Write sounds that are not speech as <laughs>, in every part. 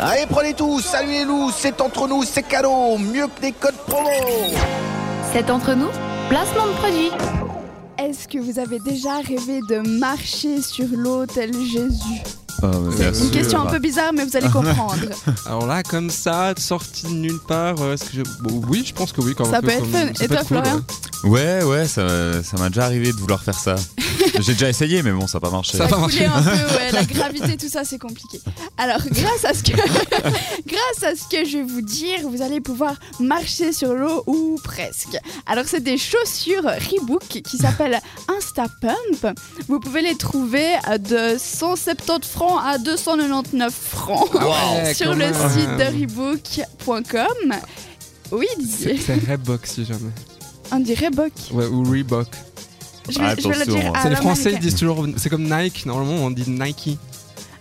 Allez, prenez tout, saluez-nous, c'est entre nous, c'est cadeau, mieux que des codes promo. C'est entre nous, placement de produit. Est-ce que vous avez déjà rêvé de marcher sur l'eau tel Jésus Bien euh, Une question un peu bizarre, mais vous allez <laughs> comprendre. Alors là, comme ça, sorti de nulle part, euh, est-ce que je... bon, oui, je pense que oui. Quand Ça un peut être comme- fun. ça Et peut toi, être cool, Florian ouais. Ouais, ouais, ça, ça m'a déjà arrivé de vouloir faire <laughs> ça. J'ai déjà essayé, mais bon, ça n'a pas marché. Ça Ça va coulait marcher. un peu, ouais, la gravité, tout ça, c'est compliqué. Alors, grâce à ce que, <laughs> grâce à ce que je vais vous dire, vous allez pouvoir marcher sur l'eau ou presque. Alors, c'est des chaussures Reebok qui <laughs> s'appellent Insta Pump. Vous pouvez les trouver à de 170 francs à 299 francs Ah <laughs> ouais, sur quand le même. site de Reebok.com. Oui, C'est Didier, c'est Reebok si jamais. on dirait Reebok. Ouais, ou Reebok. Je vais, je vais le Attention, dire hein. à C'est les Français, l'américaine. ils disent toujours. C'est comme Nike, normalement on dit Nike.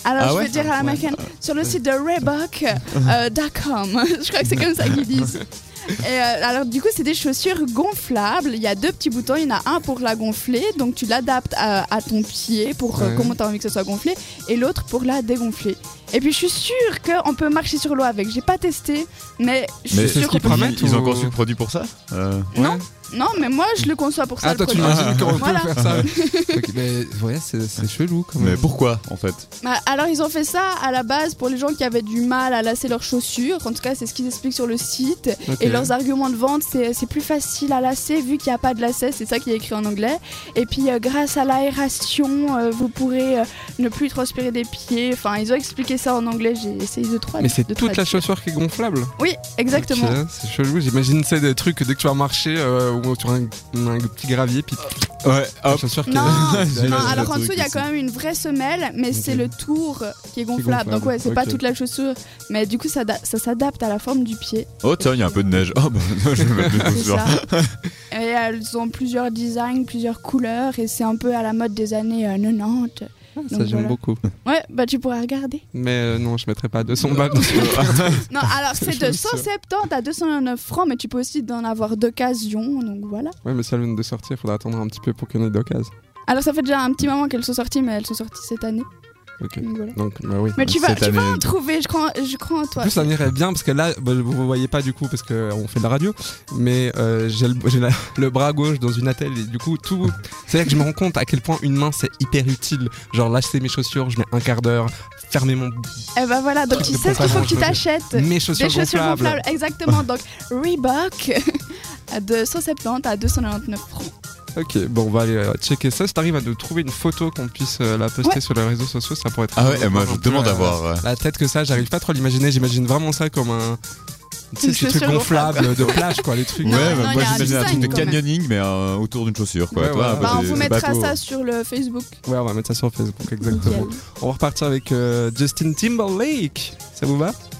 Alors, Ah je ouais veux dire à l'américaine, sur le site de Reebok.com, <laughs> je crois que c'est comme ça <laughs> qu'ils disent. Et euh, alors, du coup, c'est des chaussures gonflables. Il y a deux petits boutons. Il y en a un pour la gonfler, donc tu l'adaptes à, à ton pied pour euh, Ouais. comment tu as envie que ce soit gonflé, et l'autre pour la dégonfler. Et puis, je suis sûre qu'on peut marcher sur l'eau avec. J'ai pas testé, mais je suis Mais c'est ce sûre qu'on qu'ils peut. promettent ils, ils ont ou- conçu le produit pour ça Euh, Non. Non, mais moi, je le conçois pour ça. Ah, le toi tu produit. imagines qu'on Voilà. peut faire ça. <laughs> Ok, mais ouais, c'est c'est chelou quand Mais même. pourquoi, en fait Bah, alors ils ont fait ça à la base pour les gens qui avaient du mal à lasser leurs chaussures, en tout cas c'est ce qu'ils expliquent sur le site. Ok. Et leurs arguments de vente c'est c'est plus facile à lasser vu qu'il n'y a pas de lacet, c'est ça qui est écrit en anglais. Et puis euh, grâce à l'aération euh, vous pourrez euh, ne plus transpirer des pieds, enfin ils ont expliqué ça en anglais, j'ai essayé de trois. Mais c'est de toute la traduire. chaussure qui est gonflable. Oui exactement. Ok, c'est chelou. J'imagine c'est des trucs que dès que tu vas marcher euh, ou sur un, un petit gravier, puis Ouais, la hop. chaussure qui <laughs> Non, est. Non, J'imagine le alors en truc dessous il y a aussi. quand même une vraie semelle, mais c'est Ok. le tour qui est gonflable. gonflable, Donc ouais c'est pas ok. toute la chaussure, mais du coup ça da- ça s'adapte à la forme du pied. Oh, tiens, il y a un peu de neige. Oh, bah, <laughs> je vais mettre des <laughs> C'est chaussures. ça. Et elles ont plusieurs designs, plusieurs couleurs, et c'est un peu à la mode des années euh, 90. Ah, ça Donc, j'aime voilà. beaucoup. Ouais, bah tu pourras regarder. Mais euh, non, je mettrai pas 200 <laughs> balles. <laughs> Non, alors c'est de Je suis sûr. 170 à 209 francs, mais tu peux aussi en avoir d'occasion, donc voilà. ouais, mais si elles viennent de sortir, faudra attendre un petit peu pour qu'il y en ait d'occasion. Alors ça fait déjà un petit moment qu'elles sont sorties, mais elles sont sorties cette année. Ok. Donc, voilà. Donc, bah oui. Mais tu vas, Cette tu vas année. en trouver, je crois, je crois en En toi. plus, ça m'irait bien parce que là, bah, vous ne voyez pas du coup parce qu'on fait de la radio, mais euh, j'ai le, j'ai la- <laughs> le bras gauche dans une attelle et du coup, tout. C'est là que je me rends compte à quel point une main c'est hyper utile. Genre, lâcher mes chaussures, je mets un quart d'heure, fermer mon. Et bah voilà, donc tu Truc de sais ce qu'il faut que tu comparaison, je t'achètes. mes chaussures, Des chaussures gonflables. gonflables, exactement. Donc Reebok <laughs> à de 170 à 299 francs. Ok, bon, on va aller euh, checker ça. Si t'arrives à nous trouver une photo qu'on puisse euh, la poster sur les réseaux sociaux, ça pourrait être. Ah ouais, eh, moi, un je peu, demande euh, à voir. euh. La tête que ça, j'arrive pas trop à l'imaginer. J'imagine vraiment ça comme un. Tu Une sais, ces trucs chaussure gonflable, gonflables de plage, quoi, les trucs. Non, ouais, non, bah, il moi y a un j'imagine un truc de design, quand même. canyoning, mais euh, autour d'une chaussure, quoi. Ouais, Tu ouais, vois, un ouais. peu Bah, on des- vous des mettra bateaux. ça sur le Facebook. Ouais, on va mettre ça sur Facebook, exactement. Nickel. On va repartir avec euh, Justin Timberlake. Ça vous va